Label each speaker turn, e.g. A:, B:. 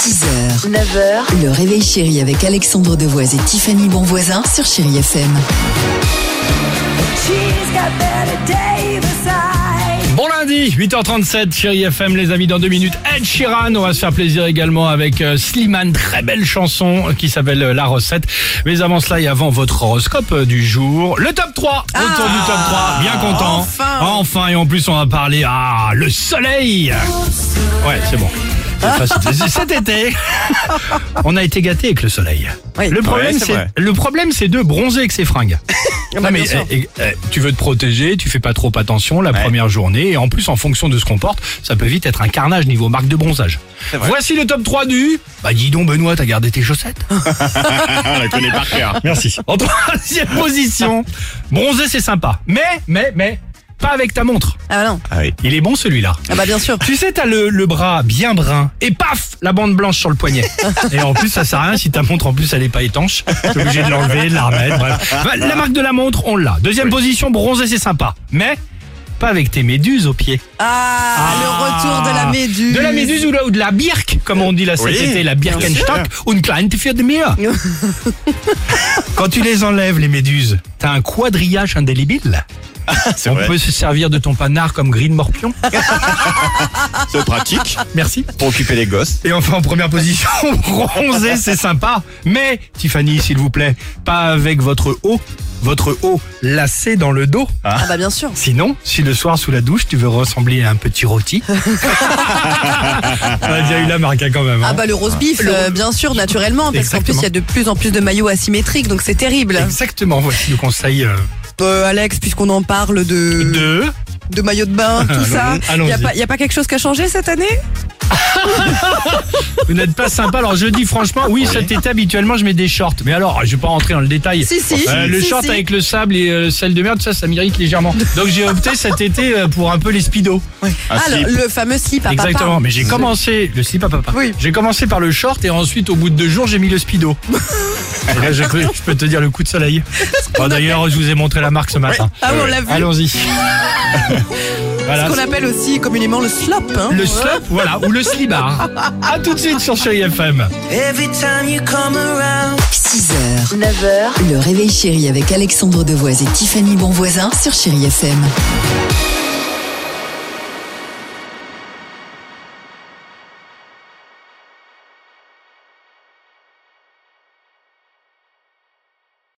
A: 6h, 9h, le réveil chéri avec Alexandre Devoise et Tiffany Bonvoisin sur Chéri FM.
B: Bon lundi, 8h37, chérie FM, les amis, dans deux minutes, Ed Sheeran. On va se faire plaisir également avec euh, Slimane, très belle chanson euh, qui s'appelle euh, La Recette. Mais avant cela et avant votre horoscope euh, du jour, le top 3 Autour du top 3, bien content Enfin et en plus, on va parler, ah, le soleil Ouais, c'est bon. C'est facile. Cet été, on a été gâté avec le soleil.
C: Oui.
B: Le problème,
D: Ouais, c'est
B: c'est
D: vrai. Ah
B: le problème, c'est de bronzer avec ses fringues.
C: bah,
B: Non, mais
C: bien sûr.
B: eh, eh, eh, tu veux te protéger, tu fais pas trop attention la première journée et en plus en fonction de ce qu'on porte, ça peut vite être un carnage niveau marque de bronzage.
D: vrai.
B: Voici le top 3 du Bah dis donc Benoît, t'as gardé tes chaussettes
D: Ah, On la connaît par cœur.
B: Merci. En troisième position, bronzer c'est sympa, mais mais mais pas avec ta montre.
C: Ah bah non,
D: Ah oui.
B: Il est bon celui-là.
C: ah bah bien sûr.
B: Tu sais, t'as le, le bras bien brun et paf, la bande blanche sur le poignet. Et en plus, ça sert à rien si ta montre en plus elle est pas étanche. T'es obligé de l'enlever, de la remettre. bref. Bah, La marque de la montre, on l'a. Deuxième position, bronzé, c'est sympa. Mais pas avec tes méduses aux pieds.
C: Ah, le retour de la méduse.
B: De la méduse ou, la- ou de la birque, comme on dit là cet
D: Oui.
B: été, la Birkenstock, une kleine für de mir. Quand tu les enlèves, les méduses, t'as un quadrillage indélébile.
D: C'est
B: on
D: vrai.
B: peut se servir de ton panard comme grille de morpion.
D: C'est pratique
B: Merci.
D: pour occuper les gosses.
B: Et enfin en première position, bronzé, c'est sympa. Mais Tiffany, s'il vous plaît, pas avec votre haut, votre haut lacé dans le dos.
C: Ah bah bien sûr.
B: Sinon, si le soir sous la douche, tu veux ressembler à un petit rôti. On a déjà eu la marque hein, quand même. hein.
C: Ah bah le rose beef, euh, bien sûr, naturellement, parce qu'en plus
B: Exactement.
C: il y a de plus en plus de maillots asymétriques, donc c'est terrible.
B: Exactement, voici le conseil euh,
C: Euh, Alex, puisqu'on en parle de, de...
B: de... Ah,
C: maillots de bain, tout ça, il
B: allons-y.
C: n'y a, pas- y a pas quelque chose qui a changé cette année
B: Vous n'êtes pas sympa, alors je dis franchement, oui, cet été habituellement je mets des shorts. Mais alors, je vais pas rentrer dans le détail.
C: Si, si.
B: Euh, le
C: Si,
B: short
C: si.
B: avec le sable et euh, celle de merde, ça, ça m'irrite légèrement. Donc j'ai opté cet été euh, pour un peu les speedos.
D: Un
C: Ah,
D: slip.
C: le, le fameux slip à papa.
B: Exactement, mais j'ai commencé le slip à papa.
C: Oui.
B: J'ai commencé par le short et ensuite au bout de deux jours j'ai mis le speedo. et là j'ai cru- je peux te dire le coup de soleil. Bon, D'ailleurs je vous ai montré la marque ce matin.
C: Ah oui, on l'a vu.
B: Allons-y. voilà.
C: Ce qu'on appelle aussi communément le slop. Hein.
B: Le slop, voilà, ou le slibar. A tout de suite sur Chéri FM.
E: Every time you come around
A: 6h, 9h, le réveil chéri avec Alexandre Devoise et Tiffany Bonvoisin sur Chéri FM.